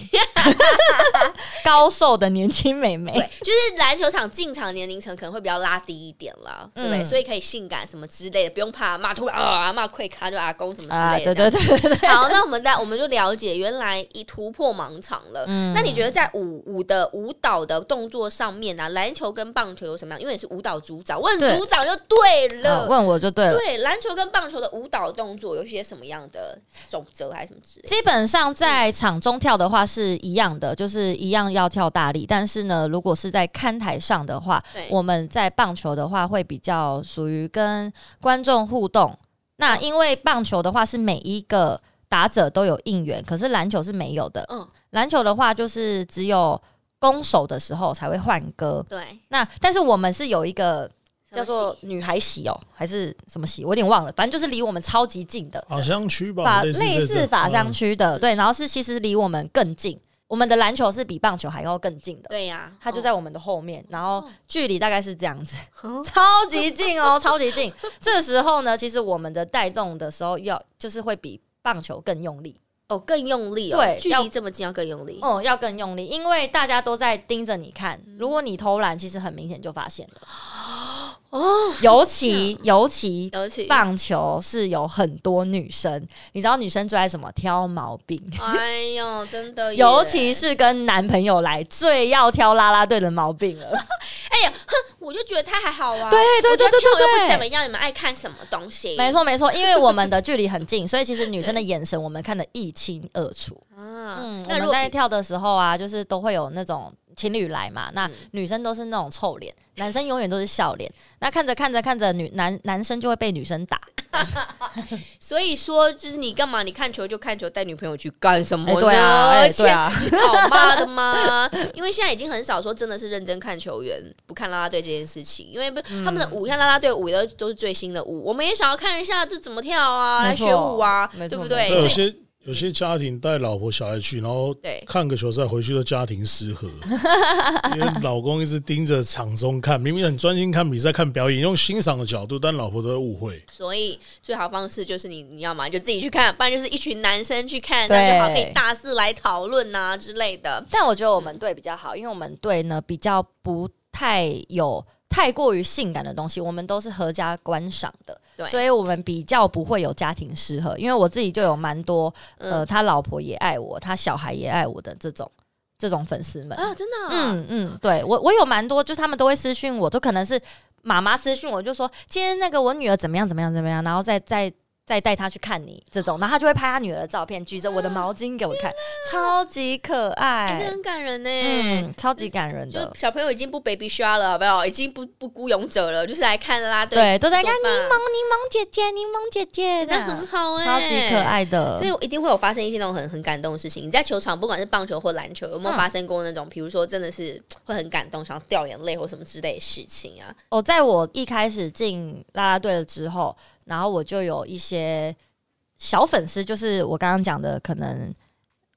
[SPEAKER 4] 高瘦的年轻美眉。
[SPEAKER 2] 对，就是篮球场进场年龄层可能会比较拉低一点啦，对不对？
[SPEAKER 4] 嗯
[SPEAKER 2] 所以可以性感什么之类的，不用怕骂突然啊骂溃咖就阿公什么
[SPEAKER 4] 啊，
[SPEAKER 2] 之类的。
[SPEAKER 4] 对对
[SPEAKER 2] 对。
[SPEAKER 4] 对对对，
[SPEAKER 2] 好，那我们在我们就了解，原来一突破盲场了。
[SPEAKER 4] 嗯
[SPEAKER 2] 那你觉得在舞舞的舞蹈的动作上面啊，篮球跟棒球有什么样？因为你是舞蹈组长，问
[SPEAKER 4] 对
[SPEAKER 2] 组长就对
[SPEAKER 4] 啊
[SPEAKER 2] 了。
[SPEAKER 4] 问我就对了。
[SPEAKER 2] 对，篮球跟棒球的舞蹈动作有些什么样的守则还是什么之类的？
[SPEAKER 4] 基本上在场中跳的话是一样的，就是一样要跳大力。但是呢，如果是在看台上的话
[SPEAKER 2] 对，
[SPEAKER 4] 我们在棒球的话会比较属于跟观众互动。那因为棒球的话是每一个打者都有应援，可是篮球是没有的。
[SPEAKER 2] 嗯，
[SPEAKER 4] 篮球的话就是只有攻守的时候才会换歌。
[SPEAKER 2] 对，
[SPEAKER 4] 那但是我们是有一个叫做
[SPEAKER 2] 什么
[SPEAKER 4] 女孩洗哦，还是什么洗？我有点忘了，反正就是离我们超级近的。
[SPEAKER 3] 法香区吧，
[SPEAKER 4] 法哦类似嗯法商区的，对，然后是其实离我们更近，我们的篮球是比棒球还要更近
[SPEAKER 2] 戏
[SPEAKER 4] 的，
[SPEAKER 2] 对呀、
[SPEAKER 4] 它就在我们的后面，然后
[SPEAKER 2] 哦
[SPEAKER 4] 距离大概是这样子，
[SPEAKER 2] 哦
[SPEAKER 4] 超级近哦，超级近。这时候呢，其实我们的带动的时候要就是会比棒球更用力，
[SPEAKER 2] 哦更用力哦，
[SPEAKER 4] 对
[SPEAKER 2] 距
[SPEAKER 4] 要
[SPEAKER 2] 离这么近要更用力。
[SPEAKER 4] 哦，要更用力，因为大家都在盯着你看，
[SPEAKER 2] 嗯
[SPEAKER 4] 如果你偷懒，其实很明显就发现了，
[SPEAKER 2] 哦，
[SPEAKER 4] 尤其尤其。
[SPEAKER 2] 尤其
[SPEAKER 4] 棒球是有很多女生，你知道女生最爱什么？挑毛病。
[SPEAKER 2] 哎 呦，真的耶，
[SPEAKER 4] 尤其是跟男朋友来，最要挑啦啦队的毛病了。
[SPEAKER 2] 哎呀，哼，我就觉得他还好啊。
[SPEAKER 4] 对对
[SPEAKER 2] 我觉得
[SPEAKER 4] 对对
[SPEAKER 2] 天后又
[SPEAKER 4] 对
[SPEAKER 2] 不怎么样，你们爱看什么东西？
[SPEAKER 4] 没错没错，因为我们的距离很近，所以其实女生的眼神我们看得一清二楚。
[SPEAKER 2] 啊，
[SPEAKER 4] 嗯，我
[SPEAKER 2] 那如
[SPEAKER 4] 们
[SPEAKER 2] 果
[SPEAKER 4] 在跳的时候啊，就是都会有那种情侣来嘛，那
[SPEAKER 2] 嗯
[SPEAKER 4] 女生都是那种臭脸，男生永远都是笑脸。那看着看着看着，女男男生就会被女生打。
[SPEAKER 2] 所以说，就是你干嘛？你看球就看球，带女朋友去干什么
[SPEAKER 4] 哎，
[SPEAKER 2] 呢？
[SPEAKER 4] 对啊，哎，
[SPEAKER 2] 而且
[SPEAKER 4] 对啊，
[SPEAKER 2] 好骂的吗？因为现在已经很少说真的是认真看球员，不看啦啦队这件事情，因为不、
[SPEAKER 4] 嗯
[SPEAKER 2] 他们的舞，像啦啦队舞都都是最新的舞，我们也想要看一下这怎么跳啊，来
[SPEAKER 4] 没错
[SPEAKER 2] 学舞啊，
[SPEAKER 4] 没错
[SPEAKER 2] 对不
[SPEAKER 4] 没
[SPEAKER 2] 对？
[SPEAKER 4] 错
[SPEAKER 2] 所
[SPEAKER 3] 有
[SPEAKER 2] 以
[SPEAKER 3] 些有些家庭带老婆小孩去，然后
[SPEAKER 2] 对，
[SPEAKER 3] 看个球赛回去都家庭失和， 因为老公一直盯着场中看，明明很专心看比赛、看表演，用欣赏的角度，但老婆都会误会。
[SPEAKER 2] 所以最好方式就是你你要嘛就自己去看，不然就是一群男生去看，
[SPEAKER 4] 对
[SPEAKER 2] 那就好可以大肆来讨论啊之类的。
[SPEAKER 4] 但我觉得我们队比较好，因为我们队呢比较不太有太过于性感的东西，我们都是合家观赏的，
[SPEAKER 2] 对
[SPEAKER 4] 所以我们比较不会有家庭失和。因为我自己就有蛮多，
[SPEAKER 2] 嗯
[SPEAKER 4] 呃，他老婆也爱我，他小孩也爱我的这种这种粉丝们。
[SPEAKER 2] 啊，真的、啊，
[SPEAKER 4] 嗯嗯，对我我有蛮多，就是他们都会私讯我，都可能是妈妈私讯我，就说今天那个我女儿怎么样怎么样怎么样，然后再再再带他去看你这种，然后他就会拍他女儿的照片，举着我的毛巾给我看，超级可
[SPEAKER 2] 嗯哎，这
[SPEAKER 4] 爱，
[SPEAKER 2] 很感人呢。
[SPEAKER 4] 嗯，超级感人
[SPEAKER 2] 就
[SPEAKER 4] 的，
[SPEAKER 2] 小朋友已经不 baby 刷了，好不好？已经不不孤勇者了，就是来看啦。
[SPEAKER 4] 对，都在看
[SPEAKER 2] 看
[SPEAKER 4] 柠檬柠檬姐姐，柠檬姐姐，这
[SPEAKER 2] 那
[SPEAKER 4] 样
[SPEAKER 2] 很好哎、
[SPEAKER 4] 超级可。爱的，
[SPEAKER 2] 所以一定会有发生一些那种很很感动的事情。你在球场，不管是棒球或篮球，有没有
[SPEAKER 4] 嗯
[SPEAKER 2] 发生过那种，比如说真的是会很感动，想要掉眼泪或什么之类的事情啊？
[SPEAKER 4] 哦，在我一开始进啦啦队了之后，然后我就有一些小粉丝，就是我刚刚讲的，可能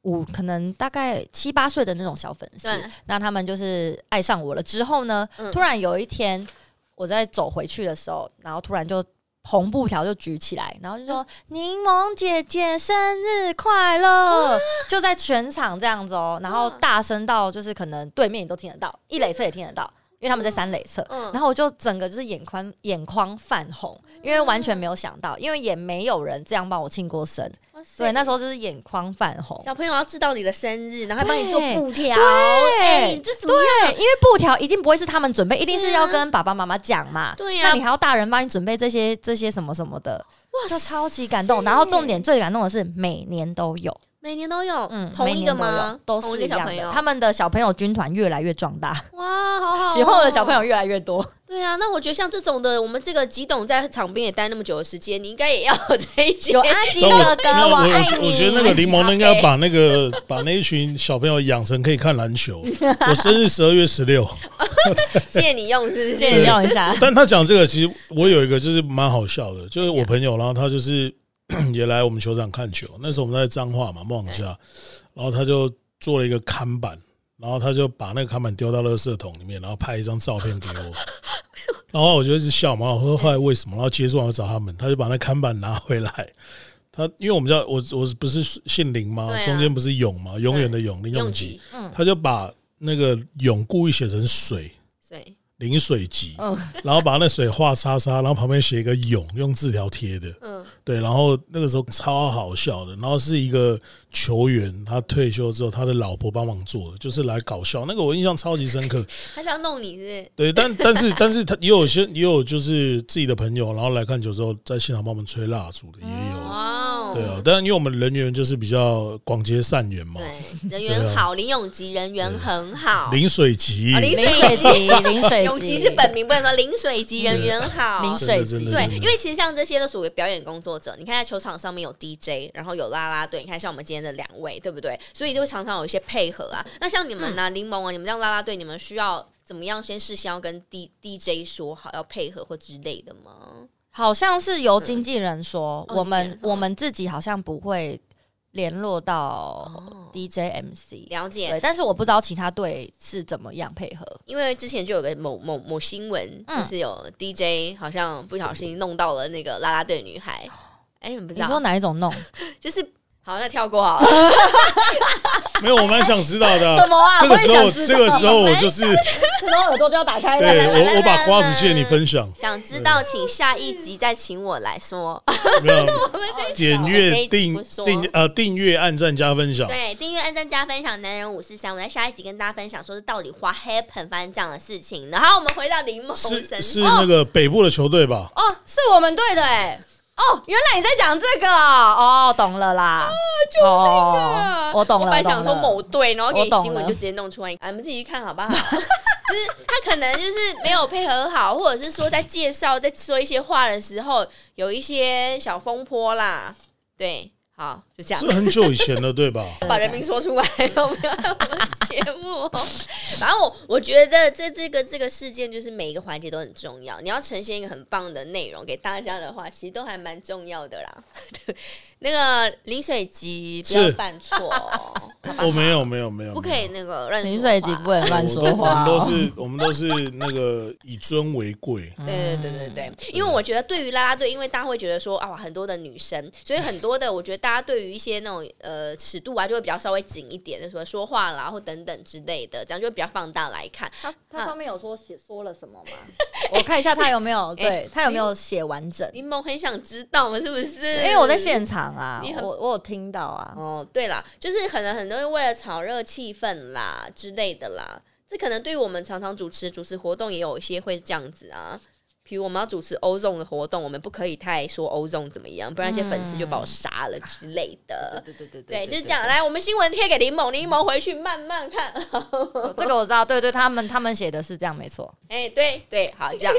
[SPEAKER 4] 五，可能大概七八岁的那种小粉丝
[SPEAKER 2] 对。
[SPEAKER 4] 那他们就是爱上我了之后呢，
[SPEAKER 2] 嗯
[SPEAKER 4] 突然有一天我在走回去的时候，然后突然就。红布条就举起来，然后就说
[SPEAKER 2] 嗯
[SPEAKER 4] “柠檬姐姐生日快乐”，就在全场这样子哦，然后
[SPEAKER 2] 哇
[SPEAKER 4] 大声到就是可能对面也都听得到，一垒侧也听得到，因为他们在三垒侧，
[SPEAKER 2] 嗯
[SPEAKER 4] 然后我就整个就是眼眶眼眶泛红，因为完全没有想到，因为也没有人这样帮我庆过生。
[SPEAKER 2] 哇塞
[SPEAKER 4] 对，那时候就是眼眶泛红。
[SPEAKER 2] 小朋友要知道你的生日，然后还帮你做
[SPEAKER 4] 对
[SPEAKER 2] 布条，
[SPEAKER 4] 对
[SPEAKER 2] 哎、你这怎么样？
[SPEAKER 4] 对，因为布条一定不会是他们准备，一定是
[SPEAKER 2] 对啊
[SPEAKER 4] 要跟爸爸妈妈讲嘛。
[SPEAKER 2] 对啊呀
[SPEAKER 4] 那你还要大人帮你准备这些这些什么什么的，
[SPEAKER 2] 哇
[SPEAKER 4] 就
[SPEAKER 2] 塞
[SPEAKER 4] 超级感动。然后重点最感动的是每年都有，
[SPEAKER 2] 每年都有，
[SPEAKER 4] 嗯，
[SPEAKER 2] 同
[SPEAKER 4] 每
[SPEAKER 2] 一
[SPEAKER 4] 年
[SPEAKER 2] 个
[SPEAKER 4] 都有
[SPEAKER 2] 吗？
[SPEAKER 4] 都
[SPEAKER 2] 同
[SPEAKER 4] 是
[SPEAKER 2] 一个小
[SPEAKER 4] 一样
[SPEAKER 2] 朋友
[SPEAKER 4] 的。他们的小朋友军团越来越壮大，
[SPEAKER 2] 哇，好好、哦，
[SPEAKER 4] 喜欢我的小朋友越来越多。
[SPEAKER 2] 对啊，那我觉得像这种的，我们这个吉董在场边也待那么久的时间，你应该也要 有这一些。
[SPEAKER 4] 有啊阿基
[SPEAKER 3] 那
[SPEAKER 4] 哥哥，
[SPEAKER 3] 那
[SPEAKER 2] 啊
[SPEAKER 3] 我
[SPEAKER 4] 爱
[SPEAKER 3] 觉
[SPEAKER 4] 你。
[SPEAKER 3] 我觉得那个柠檬灯应该把那个把那一群小朋友养成可以看篮 球。我生日十二月十六，
[SPEAKER 2] 借你用是不
[SPEAKER 4] 借你
[SPEAKER 2] 是？
[SPEAKER 4] 用一下。
[SPEAKER 3] 但他讲这个，其实我有一个就是蛮好笑的，就是我朋友，然后他就是 也来我们球场看球。那时候我们在彰化嘛，梦家，
[SPEAKER 2] 哎
[SPEAKER 3] 然后他就做了一个看板，然后他就把那个看板丢到垃圾桶里面，然后拍一张照片给我。 然后我就一直笑嘛，我说后来为什么？然后结束完我找他们，他就把那看板拿回来。他因为我们叫我我不是姓林吗？
[SPEAKER 2] 对啊
[SPEAKER 3] 中间不是永吗？永远的永，林永吉
[SPEAKER 2] 吉，，嗯
[SPEAKER 3] 他就把那个永故意写成水。
[SPEAKER 2] 对，
[SPEAKER 3] 淋水机，
[SPEAKER 4] 嗯
[SPEAKER 3] 然后把那水画叉叉，然后旁边写一个勇，用字条贴的，
[SPEAKER 2] 嗯，
[SPEAKER 3] 对，然后那个时候超好笑的，然后是一个球员，他退休之后，他的老婆帮忙做的，就是来搞笑，那个我印象超级深刻，
[SPEAKER 2] 他是要弄你是不是？
[SPEAKER 3] 对， 但但是但是他也有些也有就是自己的朋友，然后来看球之后，在现场帮我们吹蜡烛的也有，
[SPEAKER 2] 哇哦，
[SPEAKER 3] 对啊，但因为我们人员就是比较广结善缘嘛，
[SPEAKER 2] 对，人缘好，林永吉人缘很好。
[SPEAKER 3] 淋水机
[SPEAKER 2] 啊，淋
[SPEAKER 4] 零水
[SPEAKER 2] 水
[SPEAKER 4] 级，零水
[SPEAKER 2] 永吉
[SPEAKER 4] 级
[SPEAKER 2] 是本名，不能说林水吉人缘好。
[SPEAKER 4] 零
[SPEAKER 3] 真的
[SPEAKER 4] 水
[SPEAKER 3] 真
[SPEAKER 4] 级
[SPEAKER 3] 的
[SPEAKER 2] 对，
[SPEAKER 3] 真的
[SPEAKER 2] 因为其实像这些都属于表演工作者。你看在球场上面有 DJ，然后有啦啦队，你看像我们今天的两位，对不对？所以就常常有一些配合啊。那像你们
[SPEAKER 4] 嗯
[SPEAKER 2] 呢、柠檬啊，你们这样啦啦队，你们需要怎么样先事先要跟 D DJ 说好要配合或之类的吗？
[SPEAKER 4] 好像是由经纪人说，
[SPEAKER 2] 哦经
[SPEAKER 4] 我
[SPEAKER 2] 纪
[SPEAKER 4] 们
[SPEAKER 2] 人说
[SPEAKER 4] 我们自己好像不会联络
[SPEAKER 2] 哦
[SPEAKER 4] 到 DJ MC，
[SPEAKER 2] 了解。
[SPEAKER 4] 哦对，但是我不知道其他队是怎么样配合。
[SPEAKER 2] 因为之前就有个某某某新闻，
[SPEAKER 4] 嗯
[SPEAKER 2] 就是有 DJ 好像不小心弄到了那个啦啦队女孩，哎、你们不知
[SPEAKER 4] 哦你说
[SPEAKER 2] 道，
[SPEAKER 4] 哪一 种弄？
[SPEAKER 2] 就是好，那跳过好 了。，
[SPEAKER 3] 没有，我蛮想知道的、
[SPEAKER 4] 什么啊
[SPEAKER 3] 这个时
[SPEAKER 4] 我
[SPEAKER 3] 候，
[SPEAKER 4] 也想知
[SPEAKER 3] 这
[SPEAKER 4] 道
[SPEAKER 3] 个时候我就是
[SPEAKER 4] 然后耳朵就要打开
[SPEAKER 3] 对
[SPEAKER 4] 了。
[SPEAKER 3] 我我把瓜子借你分享
[SPEAKER 2] 想知道，请下一集再请我来说。
[SPEAKER 3] 没有
[SPEAKER 2] 我们这一集
[SPEAKER 3] 检
[SPEAKER 2] 这
[SPEAKER 3] 阅
[SPEAKER 2] 一集
[SPEAKER 3] 订
[SPEAKER 2] 不说
[SPEAKER 3] 订呃订阅按赞加分享，
[SPEAKER 2] 对，订阅、按赞、加分享，男人五四三。我在下一集跟大家分享，说是到底花 happen 发生这样的事情。然后我们回到柠檬
[SPEAKER 3] 是
[SPEAKER 2] 身
[SPEAKER 3] 是
[SPEAKER 2] 上，
[SPEAKER 3] 那个北部的球队吧？
[SPEAKER 4] 哦，是我们队的哎、哦，原来你在讲这个哦，哦懂了
[SPEAKER 2] 啊
[SPEAKER 4] 啦。哦，我懂
[SPEAKER 2] 我
[SPEAKER 4] 了，
[SPEAKER 2] 本来想说
[SPEAKER 4] 懂了
[SPEAKER 2] 某队，然后给
[SPEAKER 4] 我
[SPEAKER 2] 你
[SPEAKER 4] 懂
[SPEAKER 2] 新闻
[SPEAKER 4] 了
[SPEAKER 2] 就直接弄出来，啊，你们自己去看好 不好？就是他可能就是没有配合好，或者是说在介绍、在说一些话的时候有一些小风波啦。对，好，就这样
[SPEAKER 3] 是。很久以前 了，对吧？
[SPEAKER 2] 把人名说出来，我们要我们的节目哦。反正我我觉得这这个这个事件，就是每一个环节都很重要。你要呈现一个很棒的内容给大家的话，其实都还蛮重要的啦。那个淋水机不要
[SPEAKER 3] 是
[SPEAKER 2] 犯错哦，好吧
[SPEAKER 3] 我没有没有没有，
[SPEAKER 2] 不可以那个乱说话
[SPEAKER 4] 饮水机不能乱说
[SPEAKER 3] 我
[SPEAKER 4] 话、
[SPEAKER 3] 们都
[SPEAKER 4] 哦。
[SPEAKER 3] 是我们都是那个以尊为贵，
[SPEAKER 2] 对对对对对，因为我觉得对于啦啦队，因为大家会觉得说啊，很多的女生，所以很多的，我觉得大家对于一些那种呃尺度啊，就会比较稍微紧一点，就说说话啦或等等之类的，这样就会比较放大来看。
[SPEAKER 4] 他他上面有说写说了什么吗？ 我看一下他有没
[SPEAKER 2] 哎
[SPEAKER 4] 有，对他有没有写完整？
[SPEAKER 2] 柠檬很想知道嘛，是不是？
[SPEAKER 4] 因为我在现场啊
[SPEAKER 2] 你，很
[SPEAKER 4] 我我有听到啊，
[SPEAKER 2] 哦，对啦，就是可能很多人为了炒热气氛啦之类的啦，这可能对于我们常常主持主持活动也有一些会这样子啊。比如我们要主持 Ozone 的活动，我们不可以太说 Ozone 怎么样，不然一些粉丝就把我杀了之类的。
[SPEAKER 4] 对对嗯对
[SPEAKER 2] 对，就是这样。来，我们新闻贴给林某，林某回去慢慢看。
[SPEAKER 4] 这个我知道，对对，他们他们写的是这样，没错。
[SPEAKER 2] 哎、对对，好，这样。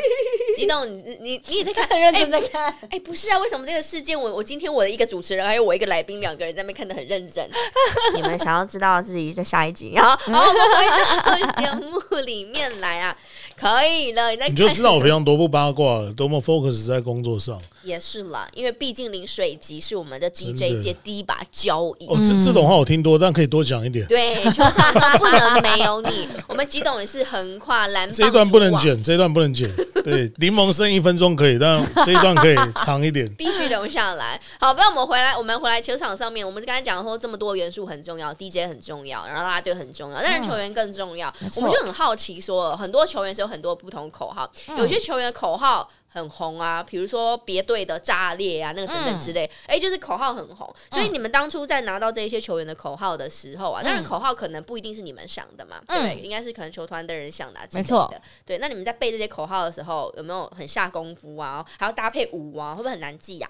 [SPEAKER 2] 激动，你你你也在看，
[SPEAKER 4] 很认
[SPEAKER 2] 哎
[SPEAKER 4] 真在看，
[SPEAKER 2] 哎、不是啊，为什么这个事件我我今天我的一个主持人还有我一个来宾两个人在那边看得很认真？ 你们想要知道自己在下一集，然啊后然后我们回到节目里面来啊，可以了，你在
[SPEAKER 3] 你就
[SPEAKER 2] 看
[SPEAKER 3] 知道我平常多不八卦了，多么 focus 在工作上。
[SPEAKER 2] 也是啦，因为毕竟零水集是我们的
[SPEAKER 3] 真
[SPEAKER 2] DJ
[SPEAKER 3] 的
[SPEAKER 2] 界第一把交椅。
[SPEAKER 3] 哦，这这种话我听多，但可以多讲一点。
[SPEAKER 2] 嗯对，球场上不能没有你。我们吉董也是横跨蓝棒，。
[SPEAKER 3] 这一段不能，剪，这一段不能剪。对，柠檬剩一分钟可以，但这一段可以长一点
[SPEAKER 2] 必须留下来。好，不然我们回来，我们回来球场上面，我们刚才讲说这么多元素很重要，DJ 很重要，然后啦啦队很重要，当然球员更重要。
[SPEAKER 4] 嗯没错
[SPEAKER 2] 我们就很好奇说，很多球员是有很多不同口号，
[SPEAKER 4] 嗯
[SPEAKER 2] 有些球员的口号。很红啊，比如说别队的炸裂啊，那个等等之类，
[SPEAKER 4] 嗯
[SPEAKER 2] 哎、就是口号很红。所以你们当初在拿到这些球员的口号的时候啊，当然
[SPEAKER 4] 嗯
[SPEAKER 2] 口号可能不一定是你们想的嘛，对
[SPEAKER 4] 嗯
[SPEAKER 2] 不对？应该是可能球团的人想的、啊，之类
[SPEAKER 4] 没错
[SPEAKER 2] 的。对，那你们在背这些口号的时候，有没有很下功夫啊？还要搭配舞啊，会不会很难记啊？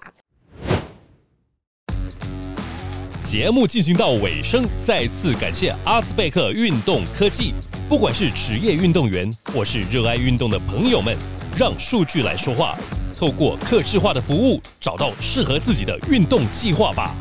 [SPEAKER 1] 节目进行到尾声，再次感谢阿斯贝克运动科技。不管是职业运动员或是热爱运动的朋友们，让数据来说话，透过客制化的服务，找到适合自己的运动计划吧。